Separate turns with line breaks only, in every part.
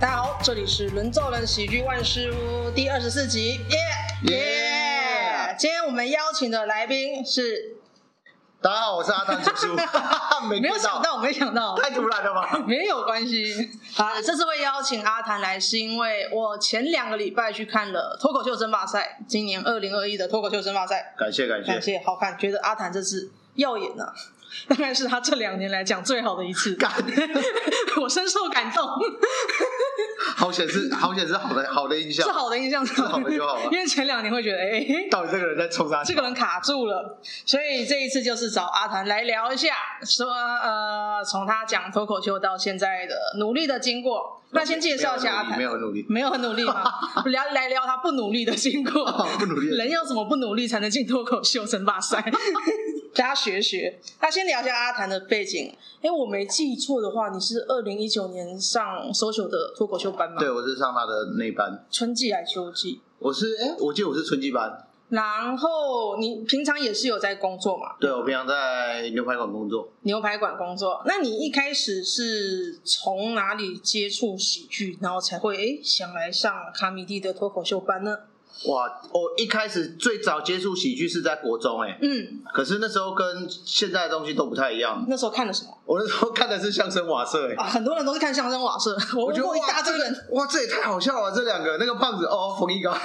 大家好，这里是《人造人喜剧万事屋》第二十四集，耶耶！今天我们邀请的来宾是，
大家好，我是阿汤 叔叔，没
没有
看
想到，没想到，
太突然了吧？
没有关系啊。这次会邀请阿谭来，是因为我前两个礼拜去看了脱口秀争霸赛，今年二零二一的脱口秀争霸赛，
感谢感谢，
感谢好看，觉得阿谭这次耀眼呐、 大概是他这两年来讲最好的一次，
干
我深受感 动。
好显示好显示好的好的印象
是，好的印象，是
好的就好了
因为前两年会觉得，哎、
到底这个人在冲啥？
这个人卡住了，所以这一次就是找阿谭来聊一下，说呃，从他讲脱口秀到现在的努力的经过。那先介绍一下阿谭，
没有很努力，
没有很努力 吗？聊来聊他不努力的经过，
哦不努力
人要怎么不努力才能进脱口秀争霸 赛？大家学学。那先聊一下阿谭的背景。哎，我没记错的话，你是二零一九年上 social 的脱口秀班吗？
对，，我是上他的那班，
春季还秋季？
我是哎，我记得我是春季班，
然后你平常也是有在工作嘛？
对我平常在牛排馆工作，
牛排馆工作。那你一开始是从哪里接触喜剧，然后才会诶想来上卡米蒂的脱口秀班呢？
哇，我一开始最早接触喜剧是在国中哎，
嗯，
可是那时候跟现在的东西都不太一样，
那时候看了什么
我那时候看的是相声瓦舍哎。
啊？很多人都是看相声瓦舍，我
我觉得
问过一
哇，
大
这
堆
个
人。
哇，这也太好笑了！这两个那个胖子哦，冯一刚，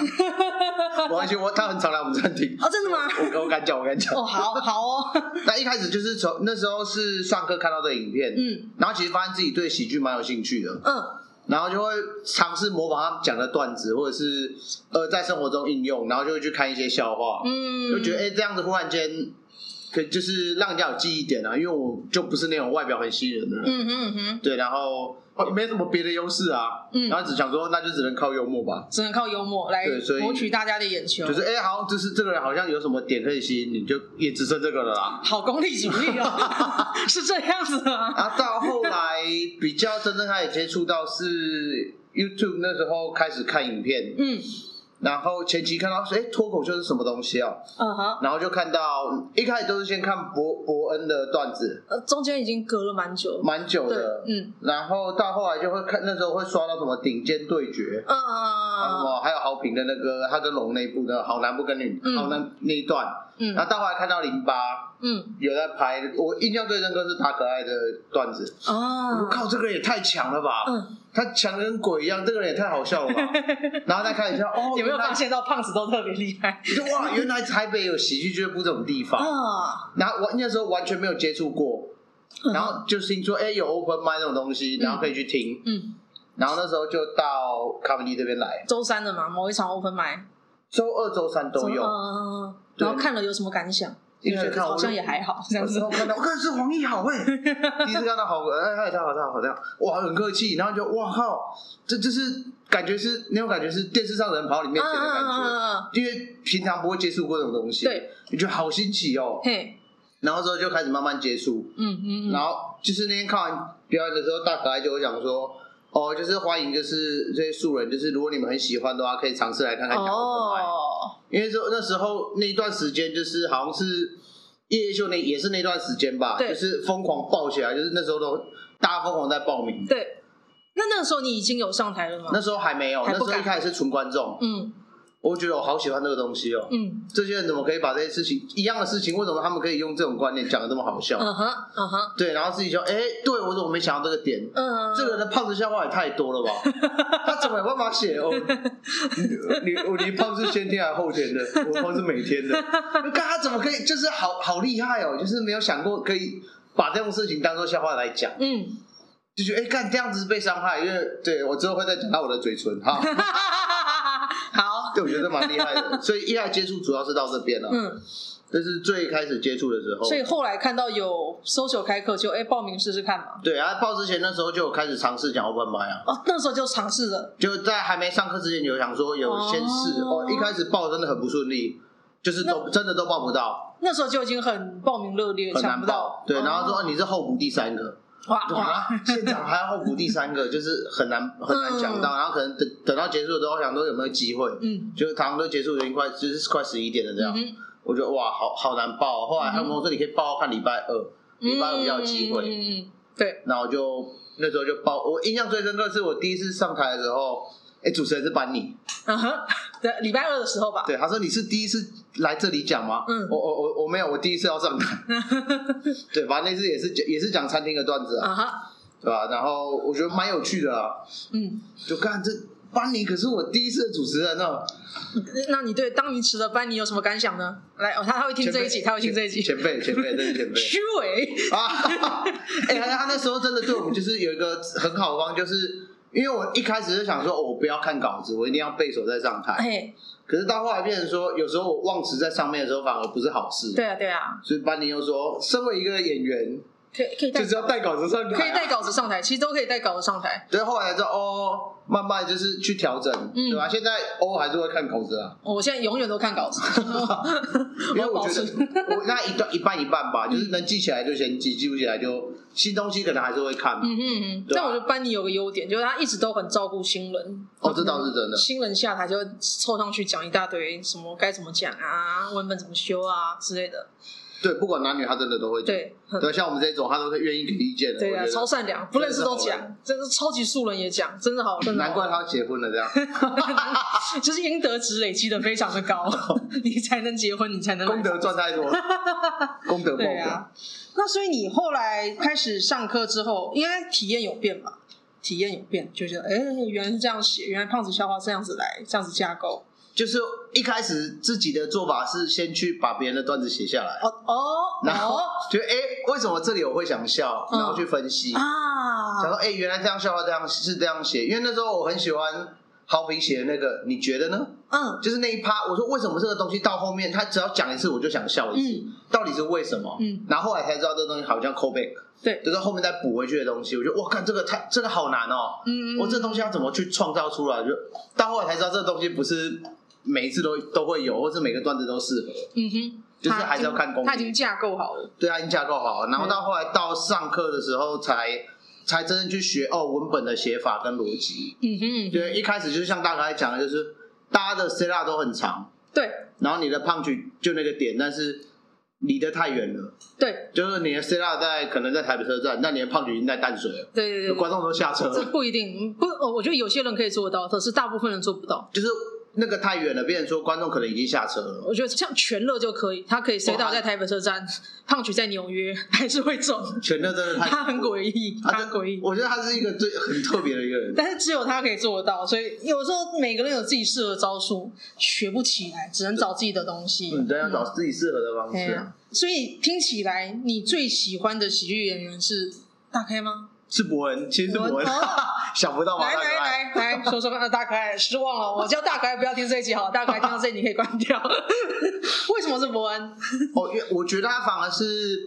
我完全我他很常来我们餐厅，
啊，真的吗？
我我敢讲，我敢讲。
哦，好好哦，
那一开始就是从那时候是上课看到的影片，
嗯
然后其实发现自己对喜剧蛮有兴趣的，
嗯，
然后就会尝试模仿他们讲的段子，或者是呃在生活中应用，然后就会去看一些笑话，
嗯
就觉得哎、诶这样子忽然间。可就是让人家有记忆点啊，因为我就不是那种外表很吸引人的人，
嗯哼嗯哼，
对，然后哦没什么别的优势啊，
嗯
然后只想说那就只能靠幽默吧，
只能靠幽默来
对所以
博取大家的眼球，
就是哎、好像就是这个人好像有什么点可以吸引你，就也只剩这个了 啦。
好功利主义 哦，是这样子的吗？
然后啊到后来比较真正开始接触到是 YouTube 那时候开始看影片，
嗯
然后前期看到哎脱口秀是什么东西啊，
嗯哼，
然后就看到一开始都是先看伯伯恩的段子，
呃，中间已经隔了蛮久了，
蛮久
对
的，，
嗯
然后到后来就会看那时候会刷到什么顶尖对决。
嗯
还有什
嗯
么还有好评的那个，他跟龙那一部的好男不跟女，
嗯
好男那一段，
嗯
然后到后来看到零八，
嗯
有在拍，我印象最深刻是他可爱的段子。我说
啊，
靠，这个人也太强了吧！
嗯，
他强得跟鬼一样，这个人也太好笑 了吧！然后再看一下，哦，
有没有发
原
现到胖子都特别厉害
来？ 就哇，原来台北有喜剧俱乐部这种地方。
啊？
然后我那时候完全没有接触过，
嗯
然后就听说哎、有 open m i 这种东西，然后可以去听。
嗯，
然后那时候就到卡米蒂这边来，
周三的嘛，某一场 open m i
周二、周三都有。
嗯，
对
然后看了有什么感想？就
因为
觉得
看我
好像也还好这样子
然。后看到，我看是黄奕豪 哎，第一次看到好，哎，嗨，他好，他好，这样，哇，很客气，然后就哇靠，这就是感觉是那种感觉是电视上的人跑到你面前的感觉，
嗯，
因为平常不会接触过这种东西，
对，
你觉得好新奇哦，
嘿，
然后之后就开始慢慢接触，
嗯嗯嗯，
然后就是那天看完表演的时候，大可爱就会讲说。哦，就是欢迎，就是这些素人，就是如果你们很喜欢的话，可以尝试来看看讲我的
哦，
因为说那时候那一段时间，就是好像是夜夜秀那也是那段时间吧，
对
就是疯狂爆起来，就是那时候都大家疯狂在报名。
对。那那个时候你已经有上台了吗
那？时候还没有，
还
那
不
时候一
敢
开始是纯观众，
嗯
我觉得我好喜欢这个东西哦。
嗯
这些人怎么可以把这些事情一样的事情，为什么他们可以用这种观念讲的这么好笑？
嗯哼嗯哼
对，然后自己就哎，对我怎么没想到这个点？
嗯，
这个人的胖子笑话也太多了吧？他怎么有办法写哦？你你我你胖是先天还是后天的？我胖是每天的。看他怎么可以，就是好好厉害哦！就是没有想过可以把这种事情当做笑话来讲，
嗯。
就觉得哎，干这样子被伤害，因为对我之后会再讲到我的嘴唇哈。
好，
对，我觉得蛮厉害的，所以一来接触主要是到这边了、
嗯，
这是最开始接触的时候
所。以后来看到有 social 开课就，哎报名试试看嘛。
对，然后报之前那时候就有开始尝试讲 open m i 啊，
哦，那时候就尝试了，
就在还没上课之前有想说有先试
哦
哦一开始报真的很不顺利，就是都真的都报不到，
那时候就已经很报名热烈，
很
抢
难
不
报
到。。
对，
哦
然后说哦你是候补第三个，
哇
就
哇，
啊，现场还要候补第三个， 就是很难很难讲到。然后可能等等到结束之后，想说有没有机会，
嗯
就是堂都结束已经快就是快十一点了这样
嗯，哼，嗯
我觉啊得哇好好难报哦。后来他们说你可以报到看礼拜二，礼拜二比较有机会。
嗯嗯嗯嗯对，
然后就那时候就报，我印象最深刻是我第一次上台的时候，哎，主持人是班尼，
嗯哼，对，礼拜二的时候吧，
对，他说你是第一次来这里讲吗？
嗯
我我我我没有，我第一次要上台， 对，反正那次也是讲也是讲餐厅的段子啊，
啊哈，
对吧？然后我觉得蛮有趣的啊，
嗯，
就看这班尼可是我第一次的主持人哦，
那你对当你吃了班尼有什么感想呢？来，哦，他他会听
前辈
这一集，他会听这一集。
前前辈前辈真 是前辈。
虚伪，
啊，哎、他他那时候真的对我们就是有一个很好的方，就是因为我一开始就想说，哦我不要看稿子，我一定要背熟再上台。
哎，
可是到后来变成说，有时候我忘词在上面的时候，反而不是好事。
对啊，对啊，
所以班尼又说，身为一个演员，
可以可以带
就是要带稿子上台、啊，
可以带。稿子上台，其实都可以带稿子上台。
对，后来就哦，慢慢就是去调整，
嗯
对吧？现在偶尔还是会看稿子 啊，
我现在永远都看稿子，
因为我
保
觉
持嗯
得我那一段一半一半吧，就是能记起来就先记，记不起来就新东西可能还是会看嘛。
嗯嗯嗯，
对啊
但我觉得班尼有个优点，就是他一直都很照顾新人。
哦这倒是真的
新人下台就会凑上去讲一大堆，什么该怎么讲啊，文本怎么修啊之类的。
对，不管男女，他真的都会讲。
对，很
对，像我们这种，他都会愿意给意见的。
对啊，
我觉得
超善良，不认识都
真的好
讲，真是超级素人也讲，真的好，真的好
难怪他结婚了这样，
就是应得值累积的非常的 高，你才能结婚，你才能买
功德赚 太多，功德爆
对
表。
啊。那所以你后来开始上课之后，应该体验有变吧？体验有变，就觉得哎、原来是这样写，原来胖子笑话这样子来，这样子架构。
就是一开始自己的做法是先去把别人的段子写下来，
哦哦，
然后
哦
觉得哎，诶为什么这里我会想笑，
嗯
然后去分析，想
啊，
说哎，诶原来这样笑话这样是这样写，因为那时候我很喜欢豪平写的那个，你觉得呢？
嗯
就是那一趴，我说为什么这个东西到后面他只要讲一次我就想笑一次，
嗯，
到底是为什么？
嗯，
然后后来才知道这东西好像 callback。
对，
就是后面再补回去的东西，我觉得哇，看这个太这个好难哦、
嗯，
我这东西要怎么去创造出来？就到后来才知道，这东西不是每一次都都会有，或是每个段子都适合。
嗯哼，
就是
他
还是
已
要
经
看功
他已
力
经架构好了，
对啊，已经架构好，然后到后来到上课的时候才才真正去学哦文本的写法跟逻辑。
嗯哼，
对，一开始就是像大概讲的，就是大家的 C 大都很长，
对
然后你的胖曲就那个点，但是离得太远了，
对
就是你的 C 大在可能在台北车站，那你的胖曲已经在淡水了，
对对对对，
观众都下车了
这。不一定，不，哦我觉得有些人可以做得到，可是大部分人做不到。
就是那个太远了，变成说观众可能已经下车了。
我觉得像全乐就可以，他可以谁到
哇
在台北车站，胖曲在纽约还是会 中，
全乐真的太，
他很诡异，
他
他
真
很诡异。
我觉得他是一个最很特别的一个人。
但是只有他可以做得到，所以有时候每个人有自己适合的招数，学不起来，只能找自己的东西。
嗯，都要找自己适合的方
对
式啊，
啊。所以听起来，你最喜欢的喜剧演员是大开吗？
是伯恩，其实是伯恩
伯恩哦，
想不到吧？
来
大概
来来来，说说看，啊大可爱失望了。我叫大可爱不要听这一集好了，大可爱听到这里你可以关掉。 为什么是伯恩？
哦，因为我觉得他反而是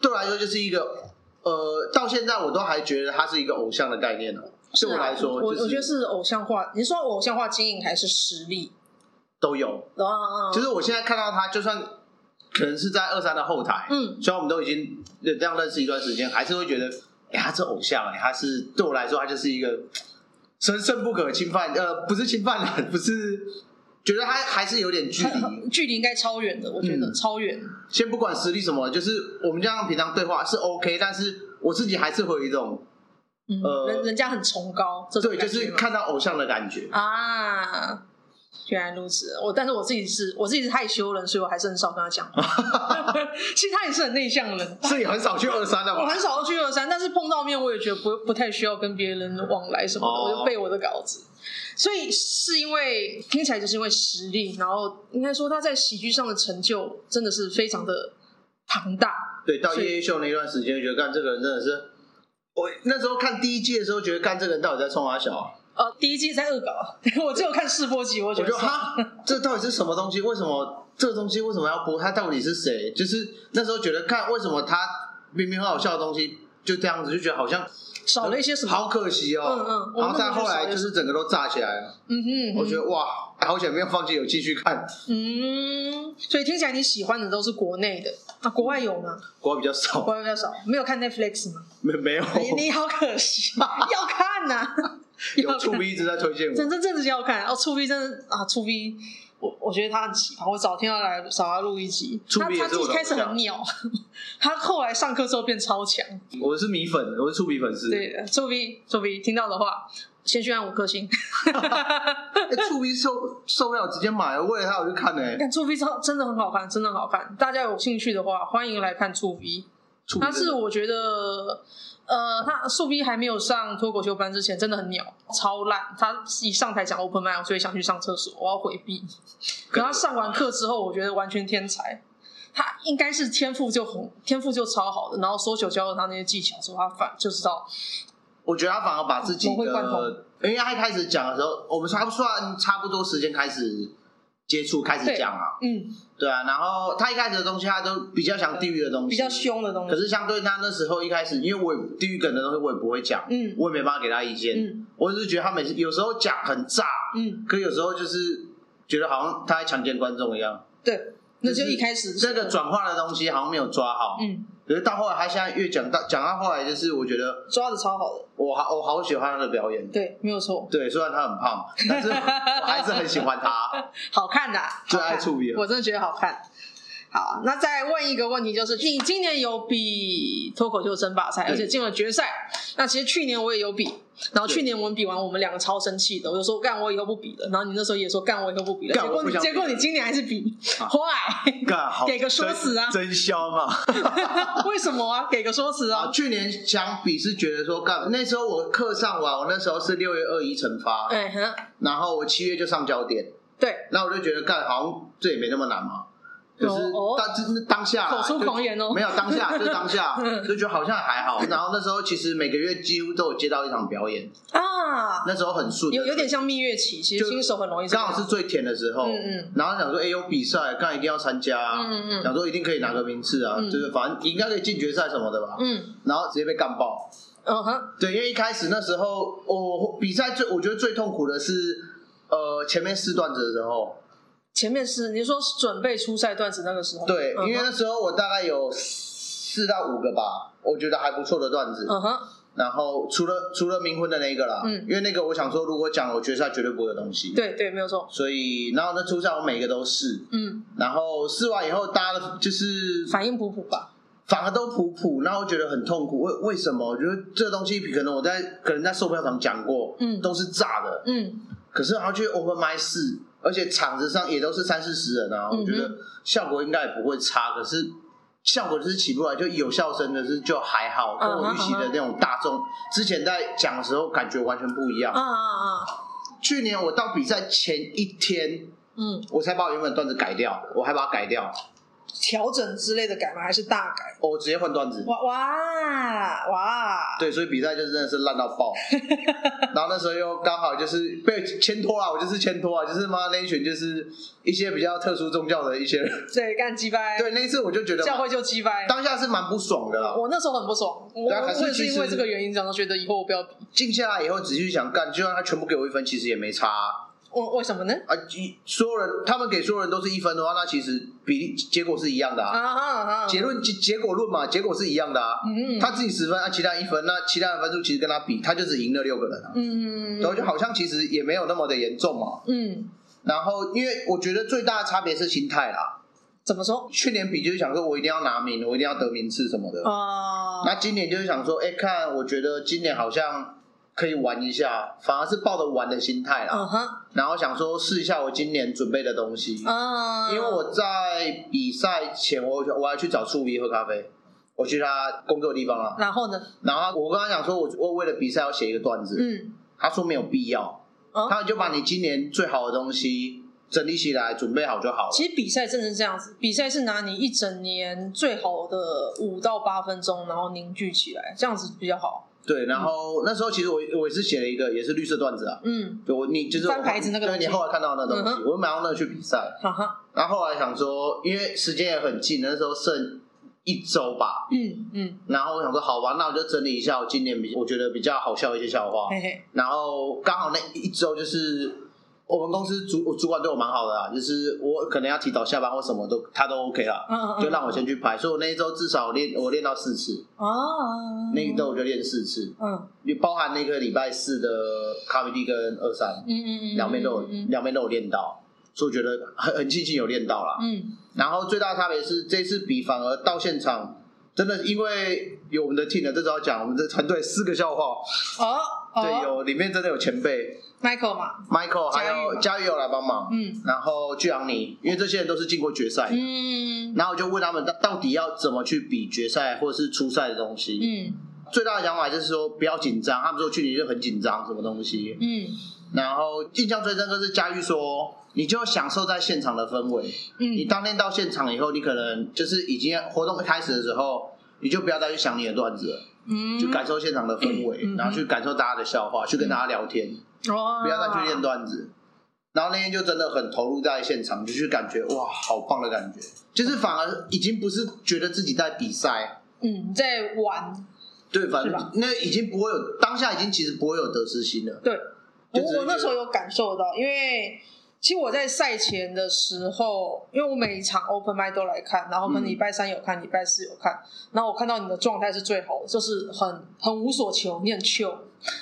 对我来说就是一个呃，到现在我都还觉得他是一个偶像的概念呢。对我
啊
来说，
我
就是
我觉得是偶像化。你说偶像化经营还是实力？
都有。
啊啊啊！
就是我现在看到他，就算可能是在二三的后台，
嗯
虽然我们都已经这样认识一段时间，还是会觉得，哎、他是偶像、哎，他是对我来说，他就是一个神圣不可侵犯，呃，不是侵犯了，不是，觉得他还是有点距
很
离。
很距离应该超远的，我觉得、
嗯
超远。
先不管实力什么，就是我们这样平常对话是 OK，但是我自己还是会有一种，
嗯，
呃
人人家很崇高，这种
对，就是
感觉吗
看到偶像的感觉。
啊。原来如此，我但是我自己是我自己是害羞人，所以我还是很少跟他讲话。 其实他也是很内向的人，
是你很少去二三的啊
我
吧？
很少去二三，但是碰到面我也觉得不不太需要跟别人往来什么的，
哦
我就背我的稿子。所以是因为听起来就是因为实力，然后应该说他在喜剧上的成就真的是非常的庞大。
对，到
所以
夜夜秀那段时间，觉得干这个人真的是，我那时候看第一季的时候，觉得干这个人到底在冲阿小、啊。
呃，第一季在恶搞， 我只有看试播集，我觉
我
得
就哈，这到底是什么东西？为什么这个东西为什么要播？他到底是谁？就是那时候觉得看为什么他明明很好笑的东西就这样子，就觉得好像
少了一些什么。
好可惜哦。
嗯嗯我
然后再后来
那时候觉得少了
就是整个都炸起来了，
嗯哼
我觉得哇，好险没有放弃，有继续看。
嗯，所以听起来你喜欢的都是国内的，啊，国外有吗？
国外比较少，
国外比较少，没有看 Netflix 吗？
没没有，
你你好可 惜，要看呐、
有
要
触
看，
逼一直在推荐我。
真真正的要看哦，出 V 真的啊，出 V 我我觉得他很奇葩，我早天要来找他录一集。
触
他
笔也
他
是
一
我的
开始
偶像
很鸟，他后来上课之后变超强。
我是米粉，我是触笔粉丝。
对，的，臭 B 臭 B 听到的话，先去按五颗星。
哎触笔受受不了，直接买了，为了他欸我就看嘞。
看触 B 超真的很好看，真的很好看。大家有兴趣的话，欢迎来看触 B。
触笔
他是我觉得，呃，他树 B 还没有上脱口秀班之前，真的很鸟，超烂。他一上台讲 open mic，我就会想去上厕所，我要回避。 可他上完课之后，我觉得完全天才。他应该是天赋就很天赋就超好的，然后搜球教了他那些技巧之后，他反就知道
我觉得他反而把自己
我会贯通
的，因为他一开始讲的时候，我们差不算差不多时间开始接触，开始讲啊，
嗯
对啊，然后他一开始的东西，他都比较想地狱的东西，
比较。凶的东
可
西，
是相对他那时候一开始，因为我也地狱梗的东西我也不会讲，
嗯
我也没办法给他意见，
嗯
我只是觉得他每次有时候讲很炸，
嗯，
可有时候就是觉得好像他在强奸观众一样，
对，那就一开始
这个转化的东西好像没有抓好。
嗯
可是到后来，他现在越讲到讲到后来，就是我觉得
抓的超好的，
我好我好喜欢他的表演，
对，没有错，
对，虽然他很胖，但是我还是很喜 欢他。
好看的、
最
好
爱
看
触笔了
我真的觉得好看。好，那再问一个问题，就是你今年有比脱口秀争霸赛，
嗯对
而且进了决赛。那其实去年我也有比，然后去年我们比完，我们两个超生气的，我就说干我以后不比了。然后你那时候也说干我以后不比了，
干
结果
我不
你
想比
结果你今年还是比
啊
，why？
干好，
给个说辞啊
真真香啊！
为什么啊？给个说辞
啊，
啊！
去年相比是觉得说干，那时候我课上完，我那时候是六月二一惩罚，
哎哼，
然后我七月就上焦点，
对，
那我就觉得干好像这也没那么难嘛。可是
哦哦
当真当下
口
啦
出
就
狂言哦
没有当下就是 当下
嗯
就觉得好像还好。然后那时候其实每个月几乎都有接到一场表演，
啊，
那时候很顺，
有有点像蜜月期，其实
就
新手很容易
刚好是最甜的时候。
嗯嗯
然后想说，哎、有比赛，刚一定要参加、啊。
嗯嗯嗯
想说一定可以拿个名次啊，
嗯
就是反正应该可以进决赛什么的吧。
嗯
然后直接被干爆。
嗯哼
对，因为一开始那时候我比赛最，我觉得最痛苦的是，呃，前面四段子的时候。
前面是你说准备初赛段子那个时候，
对，
嗯哼
因为那时候我大概有四到五个吧，我觉得还不错的段子。
嗯哼，
然后除了除了冥婚的那一个啦，
嗯
因为那个我想说，如果讲我决赛绝对不会有东西。。
对对，没有错，
所以，然后那初赛我每个都试，
嗯，
然后试完以后，大家的就是
反应普普吧，
反而都普普，然后觉得很痛苦。为为什么？我觉得这个东西可能我在可能在售票场讲过，
嗯
都是炸的。
嗯，
可是他去 open m i 试，而且场子上也都是三四十人啊，
嗯哼
我觉得效果应该也不会差。可是效果就是起不来，就有笑声的是就还好，
嗯
跟我预期的那种大众之前在讲的时候感觉完全不一样
啊。啊啊，
去年我到比赛前一天，
嗯，
我才把我原本段子改掉，我还把它改掉，哦
调整之类的改吗？还是大改？
我直接换段子。
哇哇哇，
对，所以比赛就真的是烂到 爆。然后那时候又刚好就是被牵拖啊，我就是牵拖啊，就是妈那一群就是一些比较特殊宗教的一些人。
对，干鸡掰，
对，那一次我就觉得
教会就鸡掰。
当下是蛮不爽的啦。
我那时候很不爽，我
对啊可是
我也是
其实
因为这个原因，讲到觉得以后我不要比，
静下来以后仔细想干，就算他全部给我一分，其实也没差啊。
我为什么呢？
啊一所有人他们给所有人都是一分的话，那其实比例结果是一样的
啊
啊。
啊啊，
结论结结果论嘛，结果是一样的啊。
嗯
他自己十分，啊，其他一分，那其他人分数其实跟他比，他就只赢了六个人啊。
嗯
然后就好像其实也没有那么的严重嘛。
嗯，
然后，因为我觉得最大的差别是心态啦。
怎么说
去年比就是想说，我一定要拿名，我一定要得名次什么的。
啊？
那今年就是想说，哎，看，我觉得今年好像可以玩一下，反而是抱着玩的心态啦。
嗯哼
然后想说试一下我今年准备的东西，
啊，
因为我在比赛前，我我还去找醋逼喝咖啡，我去他工作的地方啦。
然后呢？
然后我跟他讲说，我我为了比赛要写一个段子，
嗯，
他说没有必要，
哦
他就把你今年最好的东西整理起来，准备好就好了。
其实比赛真的是这样子，比赛是拿你一整年最好的五到八分钟，然后凝聚起来，这样子比较好。
对，然后那时候其实我我也是写了一个也是绿色段子啊，
嗯，
就我你就是
翻牌子那个
对
东西
你后来看到的那东
嗯
西，我就买到那个去比赛，
哈哈，
然后后来想说，因为时间也很近，那时候剩一周吧，
嗯嗯，
然后我想说好吧，那我就整理一下我今年比我觉得比较好笑的一些笑话，
嘿嘿，
然后刚好那一周就是。我们公司主主管对我蛮好的啊，就是我可能要提早下班或什么都他都 OK 啦，
嗯嗯，
就让我先去拍，所以我那一周至少练我练到四次，
啊，
那一周我就练四次，
嗯
也包含那个礼拜四的 comedy 跟二三，
嗯嗯嗯，
两边都有
嗯，嗯
两边都有练到，所以我觉得很很庆幸有练到啦。
嗯
然后最大的差别是这次比反而到现场。真的，因为有我们的 team 的，这周要讲我们的团队四个笑话，
哦
对，
哦
有里面真的有前辈
，Michael 嘛，
Michael，还
嘉
有
玉
佳玉有来帮忙，
嗯
然后巨昂尼，因为这些人都是进过决赛，
嗯
然后我就问他们到到底要怎么去比决赛或者是初赛的东西。
嗯
最大的想法就是说不要紧张，他们说去年就很紧张什么东西。
嗯
然后印象最深刻是佳玉说，你就享受在现场的氛围。你
嗯，
当天到现场以后，你可能就是已经活动开始的时候，你就不要再去想你的段子了，
嗯
去感受现场的氛围，
嗯嗯
然后去感受大家的笑话，去跟大家聊天，
哦，
不要再去练段子。然后那天就真的很投入在现场，就去感觉哇，好棒的感觉，就是反而已经不是觉得自己在比赛，
嗯，在玩。
对，反
是
正
吧
那已经不会有当下已经其实不会有得失心了。
对，我
就只是
我那
觉得
时候有感受到，因为其实我在赛前的时候，因为我每一场 open m i 都来看，然后跟
嗯
礼拜三有看，礼拜四有看，然后我看到你的状态是最好的，就是很很无所求，你很 chill，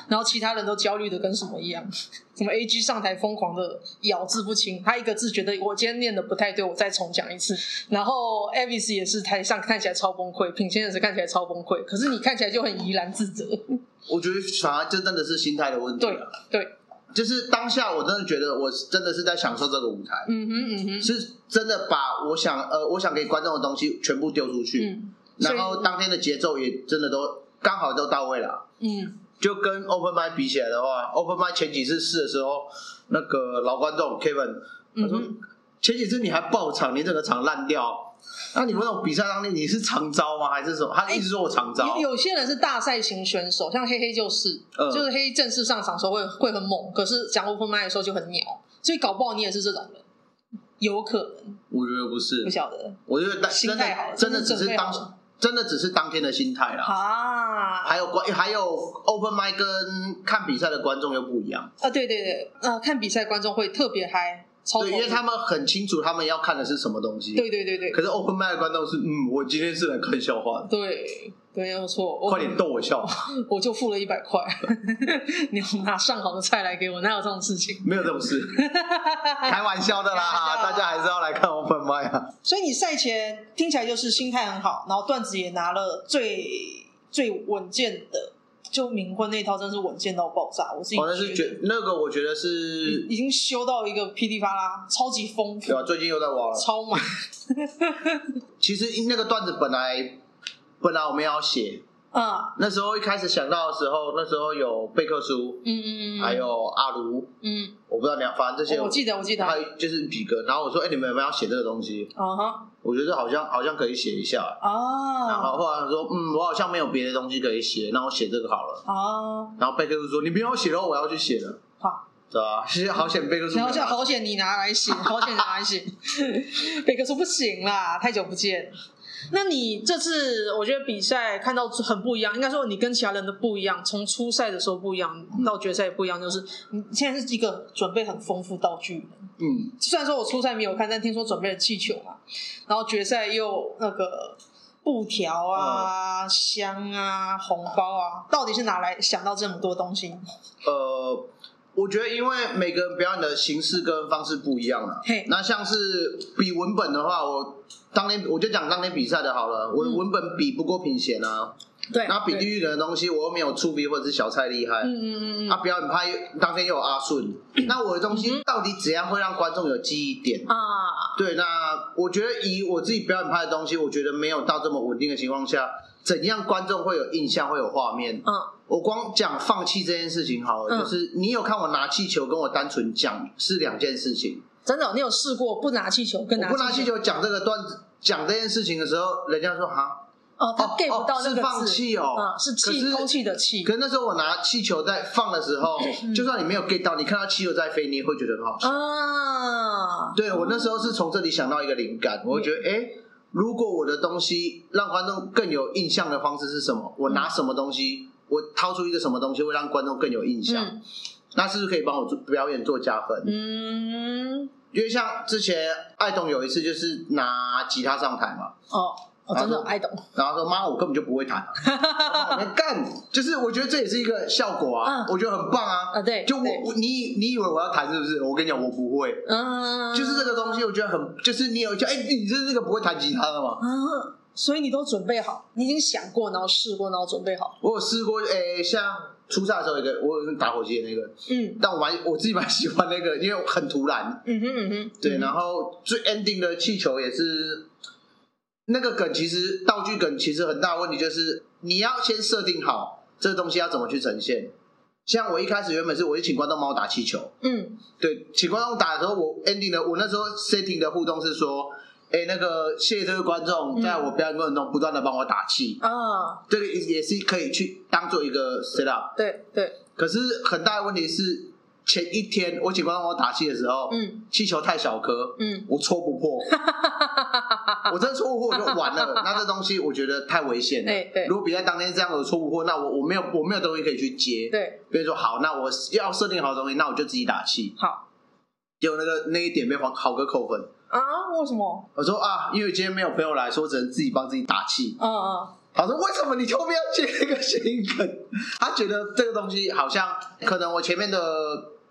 然后其他人都焦虑的跟什么一样，什么 A G 上台疯狂的咬字不清，他一个字觉得我今天念的不太对，我再重讲一次。然后 Avis 也是台上看起来超崩溃，品先也是看起来超崩溃，可是你看起来就很怡然自得，
我觉得反而这真的是心态的问题
对
了。
对，
就是当下我真的觉得我是真的是在享受这个舞台，
嗯哼嗯哼，
是真的把我想呃我想给观众的东西全部丢出去，
嗯，所以
然后当天的节奏也真的都刚好都到位了。
嗯。
就跟 Open Mic 比起来的话，Open Mic 前几次试的时候，那个老观众 Kevin 他
嗯
说、
哼
前几次你还爆场，你整个场烂掉。那你们那种比赛当天你是长招吗？还是什么？他一直说我长招，
哎有有些人是大赛型选手，像黑黑就是，
嗯
就是黑黑正式上场的时候会会很猛，可是讲 open m i 的时候就很鸟，所以搞不好你也是这种人，有可能
我觉得不是
不，晓得
我觉得当
心
真
态好
的
了
真的
就是
只是
准备好
当真的只是当天的心态啦。
啊
还有观还有 open mic 跟看比赛的观众又不一样，
啊，对对对，呃，看比赛观众会特别嗨，超
对，因为
投入
他们很清楚他们要看的是什么东西。
哦对对对对
可是 open mic 的观众是，嗯，我今天是来看笑话的，
对对，没有错，我
快点逗我笑，
我就付了一百块， 你拿上好的菜来给我，哪有这种事情？
没有这种事，开玩笑的啦，
开玩笑
大家还是要来看 open mic 啊。
所以你赛前听起来就是心态很好，然后段子也拿了最最稳健的，就冥婚那一套真是稳健到爆炸，我自己
哦，那是
觉得
觉那个，我觉得是
已经修到一个噼里啪啦，超级丰富
对，吧？啊最近又在挖了。
超 满，
其实那个段子本来本来我们要写，
啊，
那时候一开始想到的时候，那时候有备课书，
嗯嗯嗯，
还有阿卢，
嗯，
我不知道你要反正这些
我记得我记得，
还有就是几个，然后我说，哎、你们有没有要写这个东西？
啊哈
我觉得好像好像可以写一下。然
啊
后后来我说，嗯，我好像没有别的东西可以写，那我写这个好了。
啊，
然后备课书说，你不要写了，我要去写了，
好，
对吧、 其实好险备课书没
然
有
后
拿，
就好险你拿来写，好险你拿来写， 北哥说不行啦，太久不见。那你这次我觉得比赛看到很不一样，应该说你跟其他人的不一样，从初赛的时候不一样，到决赛也不一样，就是你现在是一个准备很丰富道具人。
嗯，
虽然说我初赛没有看，但听说准备了气球嘛，然后决赛又那个布条啊、香啊、红包啊，到底是哪来想到这么多东西？
呃，我觉得因为每个人表演的形式跟方式不一样啊
嘿。
那像是比文本的话，我当天我就讲当天比赛的好了，我的
嗯
文本比不过品贤啊，
对
那、比地
对
狱梗的东西我又没有触笔或者是小蔡厉害。
嗯嗯嗯嗯嗯
啊，表演派当天又有阿顺，那我的东西到底怎样会让观众有记忆点？
啊。
对，那我觉得以我自己表演派的东西，我觉得没有到这么稳定的情况下，怎样观众会有印象，会有画面？
嗯
我光讲放弃这件事情好
嗯
了，就是你有看我拿气球，跟我单纯讲是两件事情。
真的哦、你有试过不拿气球跟
我
拿
不拿气
球？
球讲这个段子，讲这件事情的时候，人家说哈，
哦，他
哦
get
哦
不到那
是
个字，
放弃哦
嗯，是
可
气
是
空气的气
可，是那时候我拿气球在放的时候，
嗯
就算你没有 get 到，你看到气球在飞，你也会觉得很好笑。
啊，
对我那时候是从这里想到一个灵感，我觉
嗯
得哎。诶如果我的东西让观众更有印象的方式是什么？我
嗯
拿什么东西？我掏出一个什么东西会让观众更有印象？
嗯
那是不是可以帮我做表演做加分？
嗯，
因为像之前爱董有一次就是拿吉他上台嘛，
哦，
哎
我真的爱懂，
然后说妈，我根本就不会 弹、啊，我说干，就是我觉得这也是一个效果啊，
嗯
我觉得很棒啊，
啊对
就我
对
我你你以为我要弹是不是？我跟你讲，我不会，
嗯，
就是这个东西，我觉得很，就是你有就哎，你是那个不会弹吉他的吗？
啊，所以你都准备好，你已经想过，然后试过，然后准备好，
我有试过，哎，像初赛的时候，一个我有打火机的那个，
嗯
但我蛮我自己蛮喜欢那个，因为很突然，
嗯哼嗯哼，
对，
嗯
然后最 ending 的气球也是那个梗，其实道具梗其实很大的问题就是你要先设定好这个东西要怎么去呈现。像我一开始原本是我是请观众帮我打气球，
嗯
对，请观众打的时候，我 ending 的我那时候 setting 的互动是说，哎、那个谢谢这位观众，
嗯
在我表演过程中不断的帮我打气，
啊，
这个也是可以去当做一个 set up。
对对，
可是很大的问题是前一天我请观众帮我打气的时候，
嗯
气球太小颗，
嗯，
我戳 不破，我真的戳不破我就完了。那这东西我觉得太危险了。
哎对
如果比赛当天这样我戳不破，那我我没有我没有东西可以去接。，
对，
比如说好，那我要设定好东西，那我就自己打气。
好
结果那个那一点被黄好哥扣分。
啊，为什么？
我说啊，因为今天没有朋友来，所以我只能自己帮自己打气。
嗯嗯
他说为什么你后面要接那个谐音梗？ 他觉得这个东西好像可能我前面的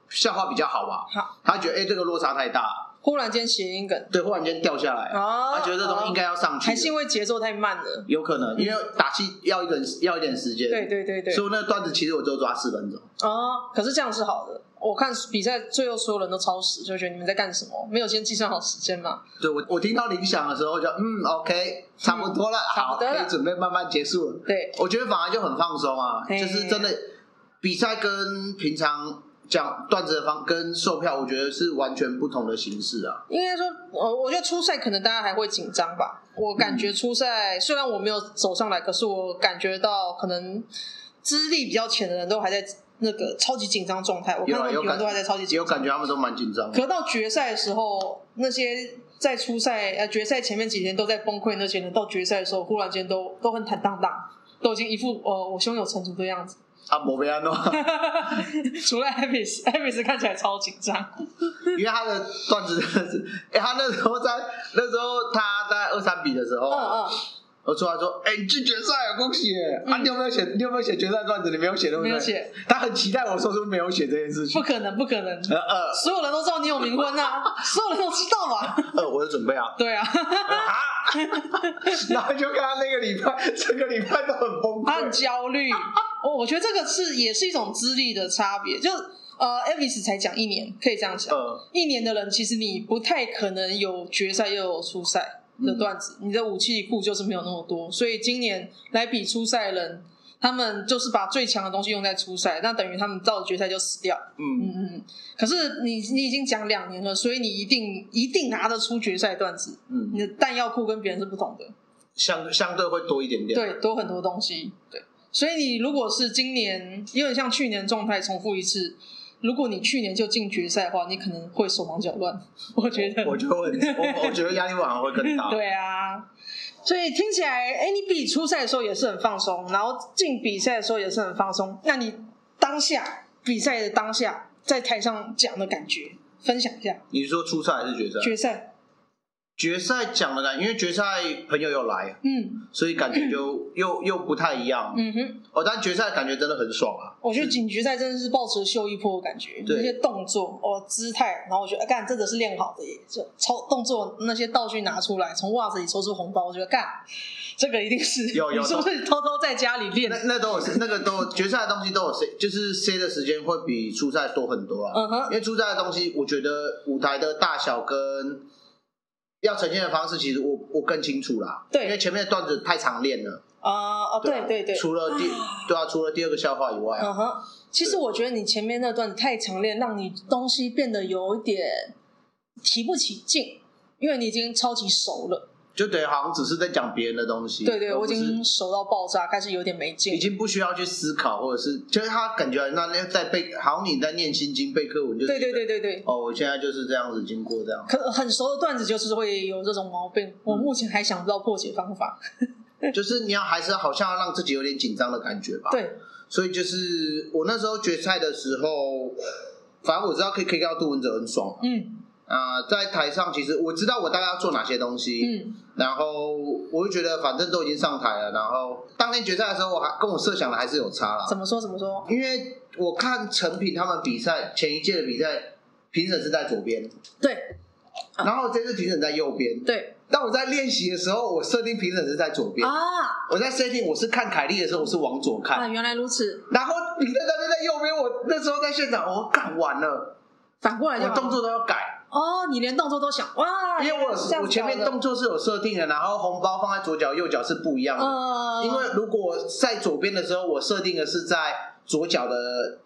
笑话比较好吧，
好，
他觉得哎、这个落差太大，
忽然间谐音梗
对，忽然间掉下来。
啊，
他觉得这东西应该要上去，
还是因为节奏太慢了，
有可能，因为打气要一点要一点时间，
对对对对，
所以那个段子其实我只有抓四分钟，哦
啊，可是这样是好的。我看比赛最后所有人都超时，就觉得你们在干什么？没有先计算好时间嘛？
对我我听到铃响的时候就嗯 OK 差不多了，
嗯差
好
不多了
可以准备慢慢结束了，
对，
我觉得反而就很放松啊，
嘿
就是真的比赛跟平常讲段子的方跟售票，我觉得是完全不同的形式啊，
应该说，呃，我觉得初赛可能大家还会紧张吧。我感
嗯
觉初赛、虽然我没有走上来，可是我感觉到可能资历比较浅的人都还在那个超级紧张状态。我看
有
到
啊
很多
有
人
感
都还在超级紧
有
张。
感觉他们都蛮 紧张的，
可到决赛的时候，那些在初赛呃决赛前面几天都在崩溃，那些人到决赛的时候，忽然间都都很坦荡荡，都已经一副呃我胸有成竹的样子。
啊，莫贝安诺，
除了 Avis，Avis 看起来超紧张。
因为他的段子真的是， 哎、他那时候在那时候他在二三比的时候，
嗯嗯，
我出来说：“哎、你进决赛啊，恭喜耶！啊，你有没有写？你有没有写决赛段子？你没有写，对不对？
没有写。
他很期待我说出没有写这 件事情
不。可能，不可能。
呃呃
所有人都知道你有冥婚 啊，所有人都知道吧？。
呃，我有准备啊
对啊，
啊！然后就看他那个礼拜，整个礼拜都很崩
他很
溃。
焦虑。哦我我觉得这个是也是一种资历的差别，就呃，Elvis 才讲一年，可以这样讲。
呃，
一年的人，其实你不太可能有决赛又有初赛的段子，你的武器库就是没有那么多。所以今年来比初赛的人，他们就是把最强的东西用在初赛，那等于他们到了决赛就死掉。
嗯，
嗯，嗯，可是你你已经讲两年了，所以你一定一定拿得出决赛段子。
嗯
你的弹药库跟别人是不同的，
相相对会多一点点。，
对，多很多东西，对。所以你如果是今年有点像去年状态重复一次，如果你去年就进决赛的话，你可能会手忙脚乱。 我觉得，
我觉得会， 我我觉得压力反而会更大。
对啊。所以听起来，哎、你比初赛的时候也是很放松，然后进比赛的时候也是很放松。那你当下比赛的当下，在台上讲的感觉，分享一下
你是说初赛还是决赛？
决赛。
决赛讲的感觉，因为决赛朋友有来，
嗯
所以感觉就又又不太一样。
嗯哼，
哦，但决赛感觉真的很爽啊。
我觉得警局赛真的是抱持秀一波的感觉，
对
那些动作哦姿态，然后我觉得哎干、真的是练好的耶，就操动作那些道具拿出来，从袜子里抽出红包，我觉得干这个一定是
有 有
你是不是偷偷在家里练
那？那都有那个都有决赛的东西都有 C，就是 C 的时间会比初赛多很多啊。
嗯哼
因，为初赛的东西，我觉得舞台的大小跟要呈现的方式，其实我我更清楚啦。
对
因为前面的段子太常练了。
啊、哦
啊
对对对，
除了第对啊，除了第二个笑话以外啊，
嗯哼，其实我觉得你前面那段太强烈，让你东西变得有一点提不起劲，因为你已经超级熟了，
就等于好像只是在讲别人的东西。
对对，
而
我
不
已
是
经熟到爆炸，开始有点没劲
已。经不需要去思考，或者是就是他感觉那那在背，好像你在念心经背课文，就是
对对对对对，
哦，我现在就是这样子经过这样。
可很熟的段子就是会有这种毛病，
嗯
我目前还想不到破解方法。
就是你要还是好像要让自己有点紧张的感觉吧。，
对，
所以就是我那时候决赛的时候，反正我知道可以可以看到杜文泽很爽，
嗯，
那啊、在台上其实我知道我大概要做哪些东西，
嗯，
然后我就觉得反正都已经上台了，然后当天决赛的时候，我还跟我设想的还是有差啦，
怎么说怎么说？
因为我看陈品他们比赛前一届的比赛，评审是在左边，
对啊
然后这次评审在右边。
对
但我在练习的时候，我设定评审是在左边，
啊
我在设定我是看凯莉的时候，我是往左看，
啊，原来如此，
然后你在那边在右边，我那时候在现场，我干完了，
反过来就
我
好
动作都要改。
哦，你连动作都想哇，
因为我有
啊这样
我
子
前面
搞的
动作是有设定的，然后红包放在左脚右脚是不一样的。
呃，
因为如果在左边的时候，我设定的是在左脚的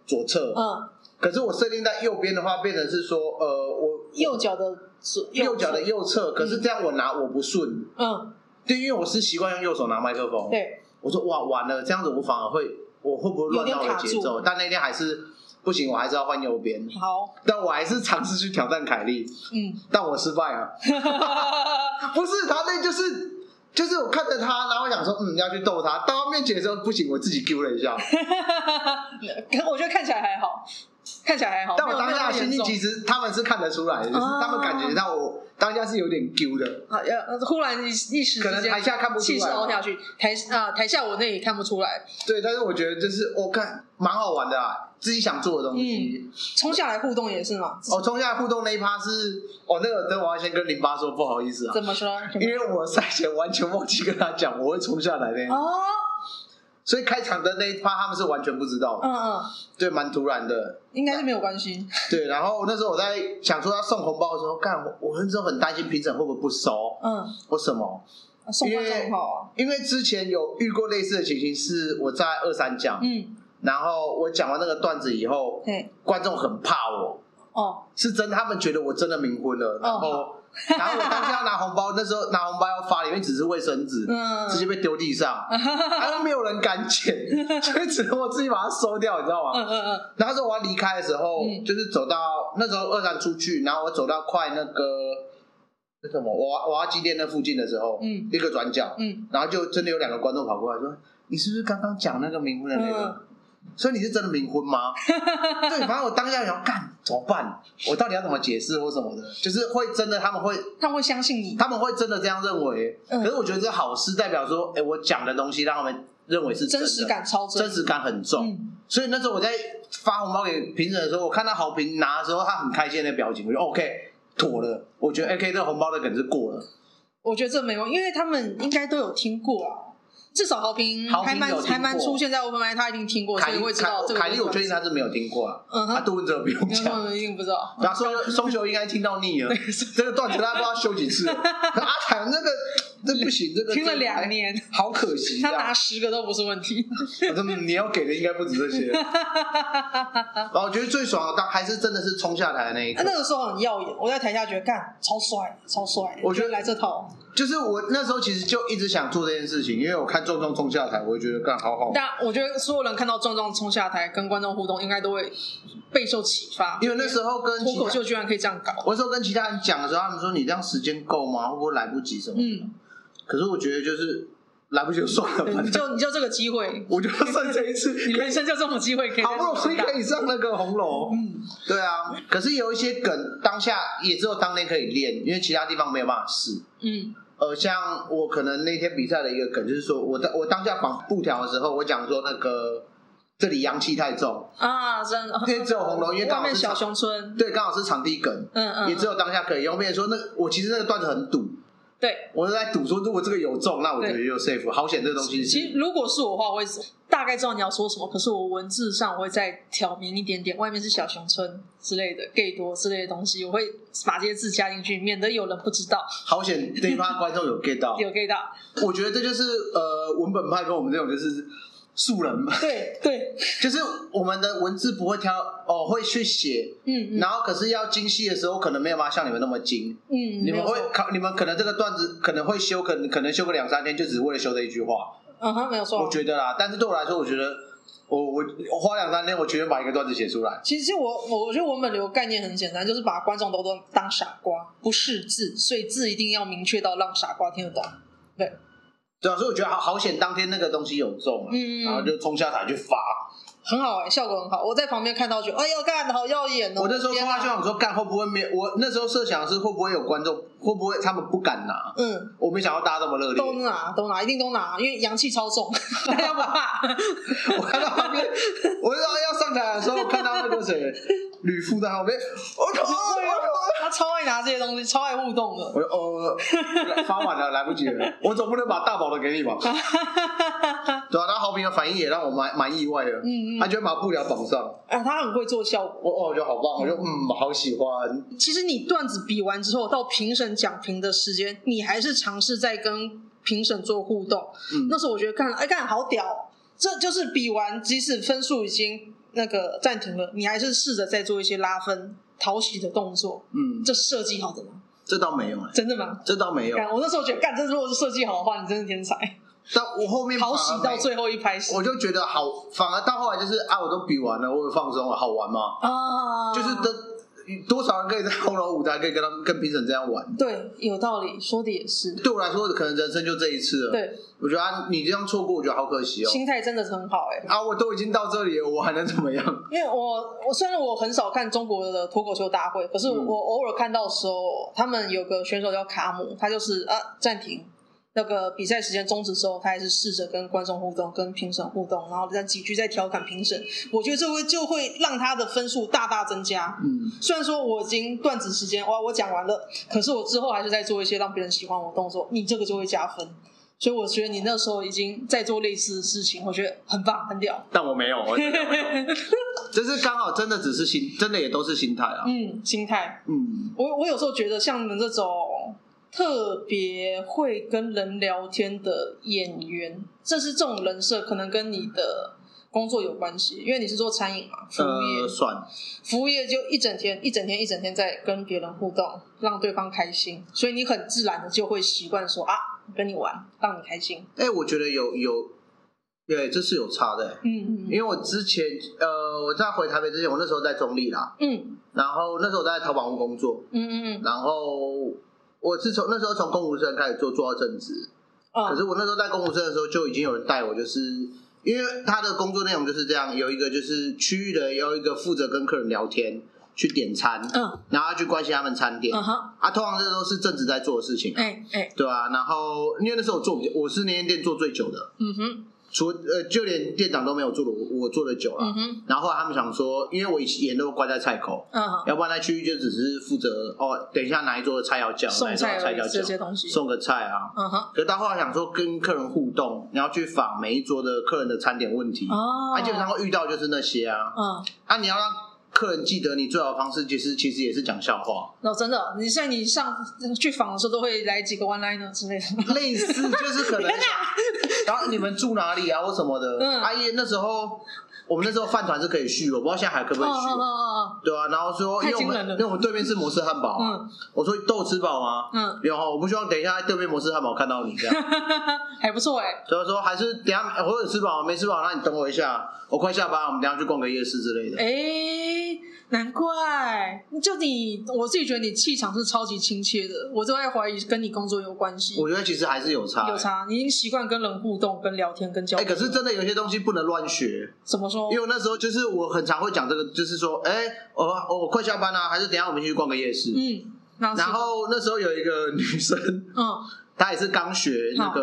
左侧，
嗯，
可是我设定在右边的话，变成是说，呃，我
右嗯脚的左
右脚的
手
右侧，可是这样我拿我不顺，
嗯，
对，因为我是习惯用右手拿麦克风。
对，
我说哇完了，这样子我反而会，我会不会乱到
有
我的节
点卡
奏？
住
但那天还是不行，我还是要换右边。
好，
但我还是尝试去挑战凯莉，
嗯，
但我失败了。不是他那就是就是我看着他，然后我想说嗯要去逗他，到他面前的时候不行，我自己丢了一下。
我觉得看起来还好，看起来还好，
但我
没有
当下
没有
的心
那么严重
情其实他们是看得出来的，就是
啊
他们感觉到我当下是有点丢的。
啊，要忽然一一时
可能
之间
台下看不出来
气势凹下去，台啊台下我那也看不出来，
对，但是我觉得就是我看蛮好玩的啊，自己想做的东西。
冲下来互动也是嘛，
哦，冲下来互动那一趴是，哦，那个等我要先跟零八说不好意思啊，
怎么说？
因为我赛前完全忘记跟他讲我会冲下来的，
哦，
所以开场的那一趴他们是完全不知道的，
嗯嗯，
对，蛮突然的，
应该是没有关系，
对。然后那时候我在想说要送红包的时候，干，我我那时候很担心评审会不会不收
嗯，
或什么，
送观众好啊，
因为之前有遇过类似的情形，是我在二三讲，
嗯，
然后我讲完那个段子以后，
对，
观众很怕我，
哦，
是真，他们觉得我真的冥婚了，然后、然后我当时要拿红包，那时候拿红包要发，里面只是卫生纸，
嗯
直接被丢地 上，然后没有人敢捡，所以只能我自己把它收掉，你知道吗？
嗯嗯嗯，
然后那时候我要离开的时候，
嗯
就是走到那时候二三出去，然后我走到快那个那什么娃娃机店那附近的时候，
嗯
一个转角，
嗯，
然后就真的有两个观众跑过来说：“你是不是刚刚讲那个冥婚的那个？”
嗯
所以你是真的冥 婚吗？对，反正我当下想干怎么办？我到底要怎么解释或什么的？就是会真的，他们会
他们会相信你，
他们会真的这样认为。
嗯
可是我觉得这好事代表说，哎、我讲的东西让他们认为是真的
真实，感超
真实感很重。
嗯，
所以那时候我在发红包给评审的时候，我看到好评拿的时候，他很开心的表情，我就 OK 妥了。我觉得 OK 这个红包的梗是过了。
我觉得这没有，因为他们应该都有听过啊。至少豪平
豪平
还蛮
有听过
还蛮出现在 Open m i 他一定听过，所
凯
以
莉
会知道这个。
凯莉，我确定，他是没有听过啊。
嗯
啊，
哼，
杜文哲不用
没有
讲。
没有一定不知道。
然后松松球应该听到腻了， 这个段子他不知道修几次了。可阿坦那个这不行，这个哎
听了两，年，
好可惜
他
啊
拿！十个都不是问题。
我说你要给的应该不止这些。然后我觉得最爽的，但还是真的是冲下台的那 一
啊
刻，
那个时候很耀眼，我在台下觉得干超帅，超帅。
我觉得
来这套，
就是我那时候其实就一直想做这件事情，因为我看重重冲下台，我就觉得干好好玩，
但我觉得所有人看到壮壮冲下台跟观众互动，应该都会备受启发。
因为那时候跟
脱
其
口
他
秀居然可以这样搞，
我那时候跟其他人讲的时候，他们说你这样时间够吗？会不会来不及什么？
嗯，
可是我觉得就是来不及就算了，
对嗯
反
你
正
就你就这个机会，
我就剩这一次，
你人生就这么机会可以
好不容易可
以，
以上那个红楼。
嗯，
对啊，可是有一些梗当下也只有当天可以练，因为其他地方没有办法试。
嗯
呃，像我可能那天比赛的一个梗，就是说我当我当下绑布条的时候，我讲说那个这里阳气太重，
啊，真的，
因为只有红楼因为
外
刚好是
面小熊村，
对，刚好是场地梗，
嗯嗯，
也只有当下可以用。变成说那我其实那个段子很赌，
对。
我是在赌说如果这个有中，那我觉得就 safe。好险，这个东
其
西是
实如果是我的话，我会大概知道你要说什么，可是我文字上我会再挑明一点点，外面是小熊村之类的、gay 多之类的东西，我会把这些字加进去，免得有人不知道
好险，这一趴观众有 get 到。
有 gay 到。
我觉得这就是呃文本派跟我们这种就是素人嘛，
对对，
就是我们的文字不会挑哦，会去写，
嗯嗯
然后可是要精细的时候，可能没有办法像你们那么精。
嗯，没
你们
有
会
错
考，你们可能这个段子可能会修，可能可能修个两三天，就只为了修这一句话。
嗯哼，没有错。
我觉得啦，但是对我来说，我觉得我我我花两三天，我绝对把一个段子写出来。
其实我我我觉得文本流概念很简单，就是把观众都都当傻瓜，不识字，所以字一定要明确到让傻瓜听得懂。
对啊，所以我觉得好好险，当天那个东西有中啊，
嗯
然后就冲下台去发，
很好哎、效果很好。我在旁边看到觉得，哎呦，干好耀眼哦！
我那时候说
天
话
啊
就想说，干会不会没有？我那时候设想的是会不会有观众，会不会他们不敢拿？
嗯，
我没想到大家这么热
都
烈，
拿都拿，一定都拿，因为阳气超重， 大家不怕。
我看到旁边，我就说要上台的时候，我看到那个谁吕布在旁边，我靠！哎
啊他超爱拿这些东西，超爱互动的。
我说哦，发晚了，来不及 了，我总不能把大宝的给你 吧？对啊，他好评的反应也让我蛮蛮意外的，
嗯嗯
他居然把布料绑上，
啊，他很会做效果。
我哦，我觉得好棒，我就嗯，好喜欢，嗯
其实你段子比完之后，到评审讲评的时间，你还是尝试在跟评审做互动。
嗯
那时候我觉得看了，哎，看好屌哦，这就是比完，即使分数已经那个暂停了，你还是试着再做一些拉分、讨喜的动作。
嗯，
这设计好的吗？
这倒没有哎，
真的吗？
这倒没有，
干，我那时候觉得，干，这如果是设计好的话，你真是天才，
但我后面
讨
反而
喜
没
到最后一拍是
我就觉得好，反而到后来就是啊，我都比完了，我有放松了，好玩吗？
啊，
就是
嗯
的，多少人可以在红楼舞台可以跟他们跟评审这样玩？
对，有道理，说的也是，
对我来说，可能人生就这一次了。，
对，
我觉得啊，你这样错过，我觉得好可惜哦。
心态真的是很好哎、
啊，我都已经到这里了，我还能怎么样？
因为我我虽然我很少看中国的脱口秀大会，可是我,、
嗯
偶尔看到的时候，他们有个选手叫卡姆，他就是啊暂停那个比赛时间终止之后，他还是试着跟观众互动、跟评审互动，然后再几句再调侃评审，我觉得这会就会让他的分数大大增加。
嗯，
虽然说我已经段子时间哇，我讲完了，可是我之后还是在做一些让别人喜欢我的动作，你这个就会加分。所以我觉得你那时候已经在做类似的事情，我觉得很棒，很屌。
但我没有，我真的没有。 就是刚好真的只是心，真的也都是心态啊。
嗯，心态。
嗯，
我我有时候觉得像你们这种特别会跟人聊天的演员，这是这种人设，可能跟你的工作有关系，因为你是做餐饮嘛，服务业，
呃，算，
服务业就一整天、一整天、一整天在跟别人互动，让对方开心，所以你很自然的就会习惯说啊，跟你玩，让你开心。
哎，我觉得有有，对，这是有差的欸。
嗯
因为我之前，呃，我在回台北之前，我那时候在中立啦，
嗯
然后那时候我在淘宝屋工作，
嗯嗯嗯
然后我是从那时候从公务生开始做，做到正职。
啊
可是我那时候在公务生的时候，就已经有人带我，就是因为他的工作内容就是这样，有一个就是区域的，有一个负责跟客人聊天，去点餐，
嗯
然后他去关心他们餐点。
嗯哼，
啊，通常这都是正职在做的事情，
哎哎
对啊。然后因为那时候我做比较，我是那间店做最久的，
嗯哼
除呃就连店长都没有做的，我我做的久了。
嗯哼
然后后来他们想说，因为我以前都关在菜口，
嗯哼，
要不然那区域就只是负责哦，等一下哪一桌的菜要叫，哪
送
一桌
菜
的菜
而
要
已这
叫，
些东西。
送个菜啊。
嗯哼
可是到后来想说跟客人互动，你要去访每一桌的客人的餐点问题，
哦，
啊，基本上会遇到就是那些啊，
嗯，
啊，你要让客人记得你最好的方式，其实其实也是讲笑话，
那真的，你像你上去访的时候都会来几个 one liner 之类的。
类似就是 可能，然后你们住哪里啊或什么的，
嗯
阿姨那时候我们那时候饭团是可以续，我不知道现在还可不
哦
可以
哦
续，
哦
对啊，然后说因
太
为我
惊
们
人了
因为我们对面是摩斯汉堡
哦，
啊，
嗯
我说都有吃饱吗？
嗯，
然后我不希望等一下对面摩斯汉堡看到你这样，
还不错哎，
所以说还是等一下我有吃饱，没吃饱那你等我一下，我快下班了，我们等一下去逛个夜市之类的。
哎，难怪，就你，我自己觉得你气场是超级亲切的，我都在怀疑跟你工作有关系，
我觉得其实还是有差、
有。差，你已经习惯跟人互动、跟聊天、跟交
哎、
流。
可是真的有些东西不能乱学，
怎么说
因为？我那时候就是我很常会讲这个，就是说，哎、我我我快下班啦、啊还是等一下我们去逛个夜市。
嗯，然后
然后那时候有一个女生，
嗯，
她也是刚学那个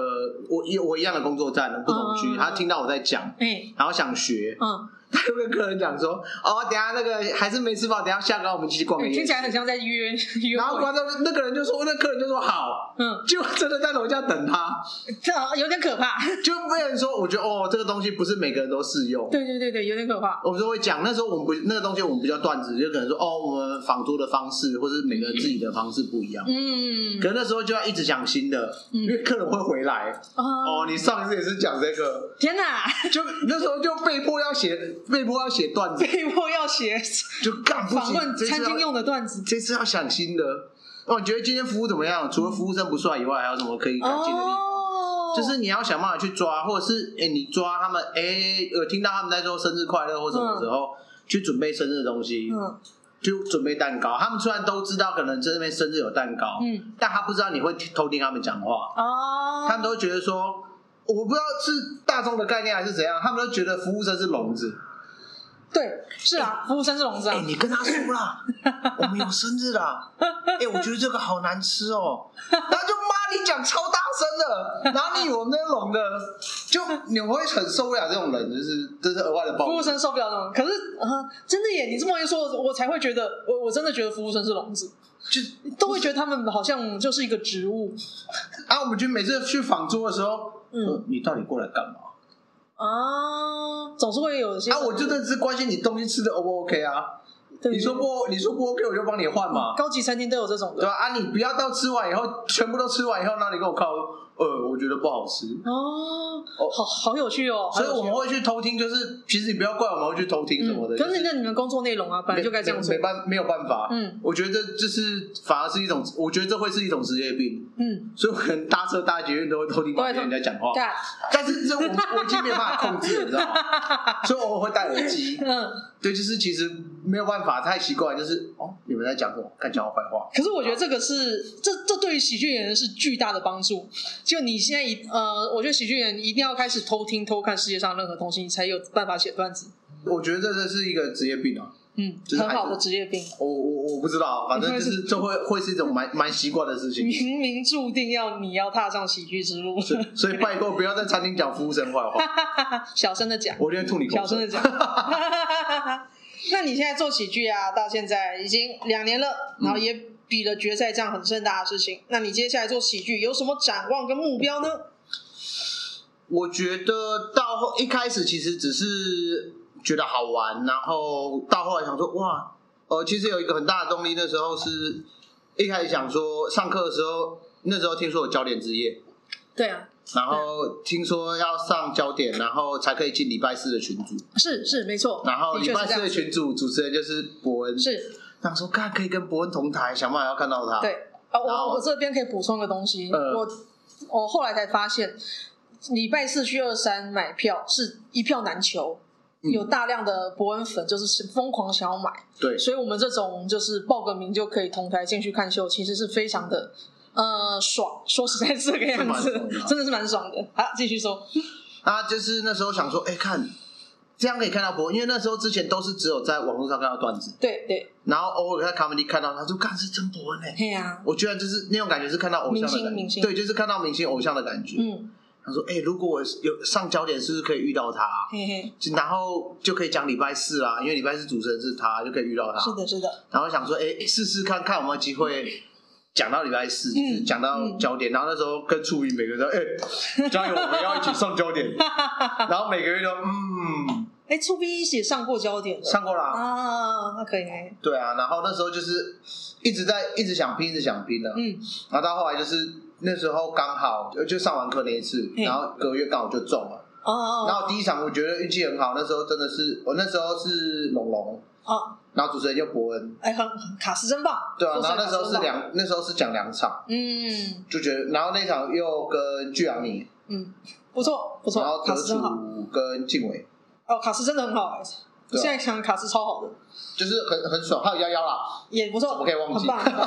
我一我一样的工作站，不同
嗯嗯
区，
嗯
她听到我在讲，
哎，
然后想学，
嗯，
她就跟客人讲说，哦，等一下那个还是没吃饱，等一下下班我们一起去逛个夜
哎
市。
听起来很像在约 约
然后
会，
观众那个人就说，那客人就说好，
嗯，
就真的在楼下等他，
这有点可怕。
就被人说，我觉得哦，这个东西不是每个人都适用。
对对对对，有点可怕。
我们都会讲，那时候我们不那个东西，我们比较段子，就可能说哦，我们仿桌的方式，或是每个人自己的方式不一样。
嗯
可，是那时候就要一直讲新的，
嗯
因为客人会回来。
哦
哦，，你上一次也是讲这个，
天哪，
就那时候就被迫要写，被迫要写段子，
被迫要写
就干不
访
行。
问
这
餐
次
厅
要
用的段子。
这次要想新的。哦，你觉得今天服务怎么样？除了服务生不帅以外，还有什么可以改进的地方？
哦，
就是你要想办法去抓，或者是哎、诶你抓他们，哎、有听到他们在说生日快乐或什么时候、去准备生日的东西，
嗯
就准备蛋糕。他们虽然都知道可能在那边生日有蛋糕，
嗯
但他不知道你会偷听他们讲话，
哦，
他们都觉得说。我不知道是大众的概念还是怎样，他们都觉得服务生是聋子，
对，是啊，服务生是聋子
哎、
啊，
你跟他说 啦，我们有生日啦。哎、我觉得这个好难吃哦。然后就妈，你讲超大声的，然后你以为我们那聋的，就你会很受不了这种人，就是这是额外的报
服
复
务。生受不了这种。可是啊、真的耶，你这么一说，我我才会觉得，我我真的觉得服务生是聋子，
就
都会觉得他们好像就是一个职务
啊，我们就每次去访桌的时候，
嗯
嗯，你到底过来干嘛？
啊，总是会有一些
啊，我就只是关心你东西吃的 O 不 OK 啊？
对
你说不，你说不 OK，我就帮你换嘛，
高级餐厅都有这种
对
的
吧？啊，你不要到吃完以后，全部都吃完以后，那你跟我靠，呃，我觉得不好吃。
哦，好好有趣哦，好
所以
有趣哦
我们会去偷听，就是其实你不要怪我们会去偷听什么的，
嗯、
就
可是那你们工作内容啊，本来就该这样
没
做
没没。办没有办法。
嗯
我觉得就是反而是一种，我觉得这会是一种职业病，
嗯，
所以我可能搭车搭捷运都会偷听旁边人家讲话，
干，
但是这我我已经没有办法控制了，你知道吗？所以我会戴耳机。
嗯。
对，就是其实没有办法，太习惯，就是哦，你们在讲什么？看讲我坏话。
可是我觉得这个是这这对于喜剧演员是巨大的帮助。就你现在一呃，我觉得喜剧演员一定要开始偷听、偷看世界上任何东西，你才有办法写段子。
我觉得这是一个职业病啊，
嗯，
就是
很
还是
好的职业病，
我我我不知道，啊反正就是这会会是一种蛮蛮习惯的事情。
明明注定要你要踏上喜剧之路。
所以所以拜托不要在餐厅讲服务生坏话，
小声的讲，
我一定会吐你
小
口
声的
水。
讲。那你现在做喜剧啊，到现在已经两年了，
嗯
然后也比了决赛这样很盛大的事情。那你接下来做喜剧有什么展望跟目标呢？
我觉得到后一开始其实只是觉得好玩，然后到后来想说哇，呃，其实有一个很大的动力，那时候是一开始想说上课的时候，那时候听说有教练之夜，
对啊，
然后听说要上焦点，然后才可以进礼拜四的群组。
是是没错。
然后
的
礼
确
拜
是这
四
样
的
子
群组主持人就是伯恩，
是
想说看可以跟伯恩同台，想办法要看到他。，
对啊，
然后
我我这边可以补充个东西，
呃
我我后来才发现，礼拜四去二三买票是一票难求。
嗯
有大量的伯恩粉，就是疯狂想要买，
对
所以我们这种就是报个名就可以同台进去看秀，其实是非常的呃爽。说实在是这个样子
是蛮爽的啊，
真的是蛮爽的。好，继续说，
啊，就是那时候想说，哎，看这样可以看到伯恩，因为那时候之前都是只有在网络上看到段子，
对对，
然后偶尔在 comedy 看到他就看是真伯恩哎，
嘿呀、
我居然就是那种感觉是看到偶像的
嗯明
感
星明
觉，
星
对，就是看到明星偶像的感觉。
嗯，
他说，哎，如果我有上焦点，是不是可以遇到他？
嘿嘿，
然后就可以讲礼拜四啊，因为礼拜四主持人是他，就可以遇到他。
是的，是的，
然后想说，哎，试试看看有没有机会讲到礼拜四，
嗯
讲到焦点。然后那时候跟处理每个 人都，哎，加油，我们要一起上焦点。然后每个人都，嗯，
哎，初 B 一也上过焦点了
上过啦。
啊，那可以，嘿
对啊，然后那时候就是一直在一直想拼，一直想拼的。
嗯，
然后到后来就是那时候刚好就就上完课那一次，
嗯
然后隔月刚好就中了。
哦哦
然后第一场我觉得运气很好，那时候真的是我那时候是龙龙，
哦，啊
然后主持人就伯恩，
哎，很很卡斯真棒，
对啊，
说实
然后
在
那时候是
卡
两那时候是讲两场。
斯真棒，嗯
就觉得，然后那场又跟巨阳你，
嗯，不错不
然后
错，
德
卡斯真好，
楚跟静伟，
哦，卡斯真的很好，哎
对啊
现在想卡斯超好的，
就是很很爽，还有幺幺啦，
也不错，
怎么可以忘
很
记
棒，很棒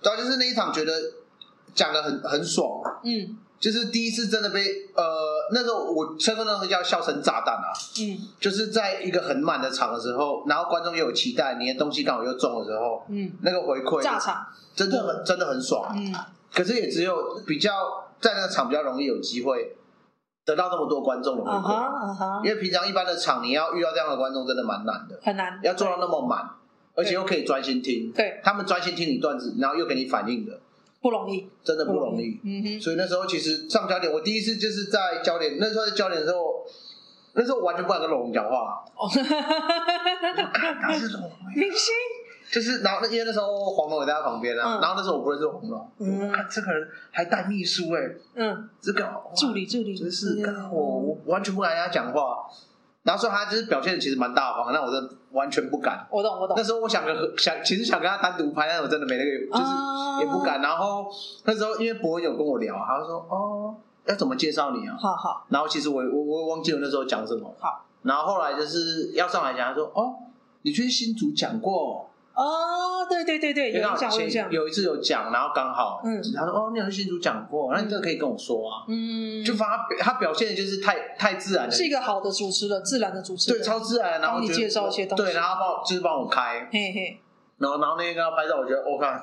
对啊，就是那一场觉得讲的很很爽，
嗯
就是第一次真的被呃那时候我称呼那个叫笑声炸弹啊，
嗯
就是在一个很满的场的时候，然后观众又有期待，你的东西刚好又中的时候，
嗯，
那个回
炸
馈
场，
真的很真的很爽，啊
嗯。
可是也只有比较在那个场比较容易有机会得到那么多观众的回
啊哈
馈。
啊哈，
因为平常一般的场，你要遇到这样的观众真的蛮难的，
很难
要做到那么满，而且又可以专心听，
对，
他们专心听你段子，然后又给你反应的，
不容易，
真的不容易。
嗯哼，
所以那时候其实上焦点，我第一次就是在焦点，那时候在焦点的时候，那时候我完全不敢跟龙龙讲话，
哦
哪是龙龙？
明星，
就是然后那因为那时候黄龙也在他旁边啊，
嗯
然后那时候我不认识黄龙，
嗯
看这个人还带秘书哎、
嗯，
这个
助理助理，嗯
真是
对
干我我完全不敢跟他讲话。然后说他就是表现的其实蛮大方，那我真的完全不敢。
我懂我懂
那，时候我想跟想，其实想跟他单独拍，但是我真的没那个，就是
啊
也不，敢。然后那时候因为博文有跟我聊，他就说哦，要怎么介绍你啊？
好好
然后其实我我我忘记我那时候讲什么。
好，
然后后来就是要上来讲，他说哦，你去新竹讲过，
哦，对对对对，有印象，有印象。
有一次有讲，然后刚好，
嗯
他说哦，你好像新竹讲过，那你这个可以跟我说啊，
嗯，
就发他表现的就是太太自然了，
是一个好的主持人，自然的主持
对，
人。
超自然，然后
帮你
觉得
介绍一些东西
对，然后帮我就是帮我开，
嘿嘿，
然后然后那天跟他拍照，我觉得我看、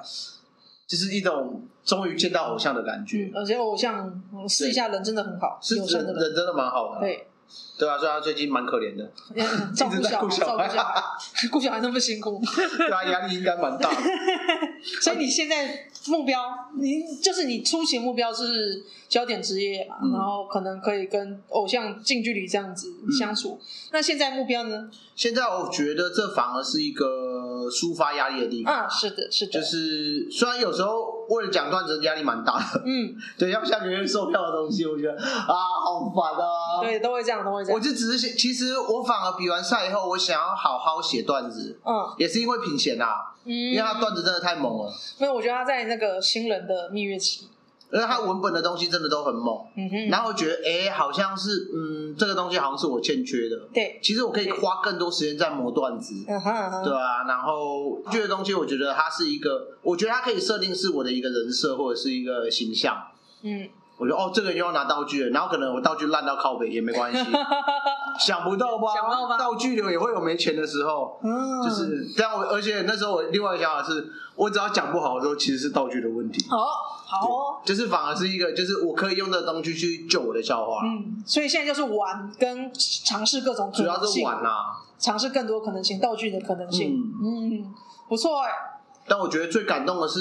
就是一种终于见到偶像的感觉
嗯，，而且偶像嗯试一下人真的很好，
是
友善
人
的人，
人真的蛮好的啊，
对，
对啊，所以他最近蛮可 怜的，
嗯照顾
一直在
小孩，
顾小
照
孩
顾小孩，顾小孩那么辛苦，
对啊，压力应该蛮大的。
所以你现在目标，你就是你出行目标是焦点职业嘛，
嗯
然后可能可以跟偶像近距离这样子相处。那现在目标呢？
现在我觉得这反而是一个抒发压力的地方，
啊，是的，是的，
就是虽然有时候为了讲段子压力蛮大的，
嗯，
对，要下个月售票的东西，我觉得啊好烦啊。，
对，都会这样，都会这
我
样。
就只是其实我反而比完赛以后，我想要好好写段子，
嗯
也是因为品贤啊，
嗯，
因为他段子真的太猛了，
没有，我觉得他在那个新人的蜜月期，
因为他文本的东西真的都很猛，
嗯哼，
然后我觉得哎、好像是嗯这个东西好像是我欠缺的，
对，
其实我可以花更多时间在磨段子，
嗯哼嗯哼，
对啊，然后这个东西，我觉得它是一个，我觉得它可以设定是我的一个人设或者是一个形象。
嗯，
我觉得哦，这个人又要拿道具了，然后可能我道具烂到靠北也没关系， 想不到吧？
想不到吧
道具流也会有没钱的时候，
嗯，
就是但我而且那时候我另外一个想法是，我只要讲不好的时候，其实是道具的问题，
好好哦，
就是反而是一个，就是我可以用这个东西去救我的笑话，
嗯，所以现在就是玩跟尝试各种可
主
能
要是
性，
玩啊啦、
尝试更多可能性，道具的可能性，嗯不错哎、
但我觉得最感动的是，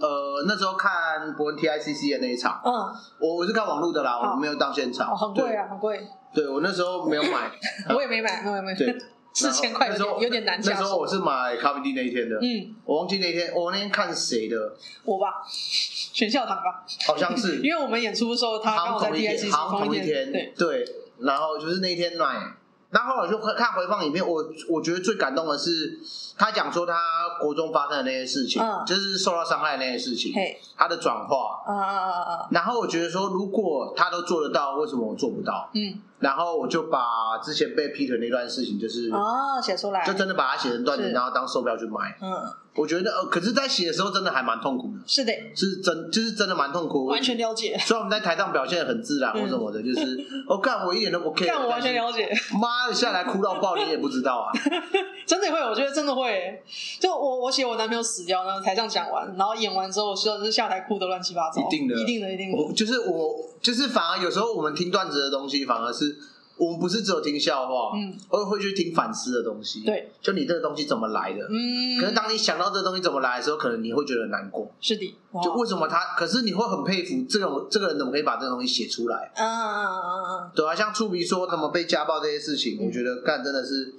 呃，那时候看伯恩 TICC 的那一场。
嗯，
我我是看网络的啦，
哦
我没有到现场。
哦，很贵啊，很贵，
对！对我那时候没有买，
我也没买，我也没
对
买，， 四千块有
然
点
后那时候
有点难
那
下
时候
手，
我是买 comedy 那一天的，
嗯，
我忘记那天我那天看谁的，
我吧，选校堂吧，
好像是
因为我们演出的时候他
好
刚好在
像同一
DIC
天，好像同一
天，
天，
对，
然后就是那一天买。然后后来就看回放影片，我我觉得最感动的是他讲说他国中发生的那些事情，
嗯
就是受到伤害的那些事情，
嘿，
他的转化。
啊啊啊啊啊，
然后我觉得说，如果他都做得到，为什么我做不到？
嗯，
然后我就把之前被劈腿那段事情，就是、
啊，写出来
就，真的把它写成段子，
是
然后当售票去卖。
嗯，
我觉得，呃，可是，在写的时候真的还蛮痛苦的，
是的，
是真就是真的蛮痛苦。
完全了解，
虽然我们在台上表现得很自然
嗯
或什么的，就是我干我一点 都不 care，
但嗯我完全
但
了解。
是妈的下来哭到爆，你也不知道啊。
真的会，我觉得真的会欸。就我我写我男朋友死掉，然后台上讲完，然后演完之后，我就是下台哭的乱七八糟，
一定的
一定的，一定的。
我就是我就是反而有时候我们听段子的东西，反而是我们不是只有听笑话，
嗯
而会去听反思的东西。，
对，
就你这个东西怎么来的？
嗯，
可是当你想到这东西怎么来的时候，可能你会觉得很难过。
是的，哇
就为什么他？可是你会很佩服这种这个人怎么可以把这个东西写出来？
嗯嗯嗯嗯
对啊，像触鼻说他们被家暴这些事情，
嗯
我觉得干真的是，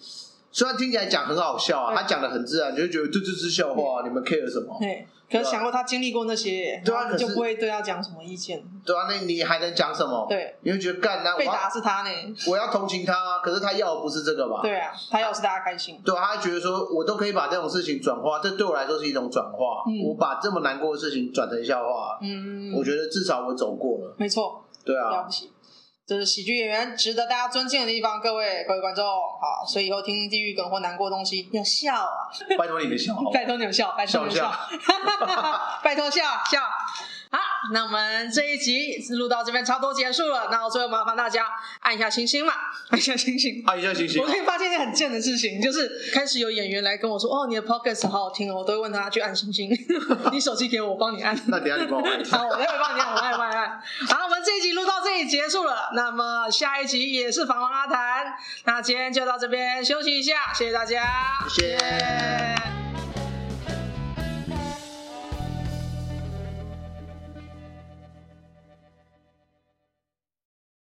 虽然听起来讲很好笑啊，
对
他讲的很自然，你就觉得这就是笑话啊，你们 care 什么
嗯，？对。可是想过他经历过那些，
啊对啊
然后你
可是
就不会对他讲什么意见。
对啊，那你还能讲什么？，
对，
你会觉得干那我
被打
要
是他呢，
我要同情他啊，可是他要的不是这个吧？
对啊，他要是大家开心，
对啊，他觉得说我都可以把这种事情转化，这对我来说是一种转化，
嗯
我把这么难过的事情转成笑话，啊
嗯，
我觉得至少我走过了。
没错，
对
了
啊，
不起。这是喜剧演员值得大家尊敬的地方，各位各位观众好，所以以后听地狱梗或难过的东西要笑啊，
拜托你的 笑话。
拜托你们笑，拜托你们
笑
笑， 拜托笑笑。好，那我们这一集录到这边差不多结束了，那我最后麻烦大家按一下星星嘛，按一下星星。
啊按一下星哦星
我，可以发现一件很贱的事情，就是开始有演员来跟我说：“哦，你的 podcast 好好听哦。”我都会问他去按星 星，你手机给我，我帮你 按。
那等一下你帮我按一下。
好，我待会帮你按，我按，我按，我按。好，我们这一集录到这里结束了，那么下一集也是访问阿谭，那今天就到这边休息一下，谢谢大家，
谢谢
耶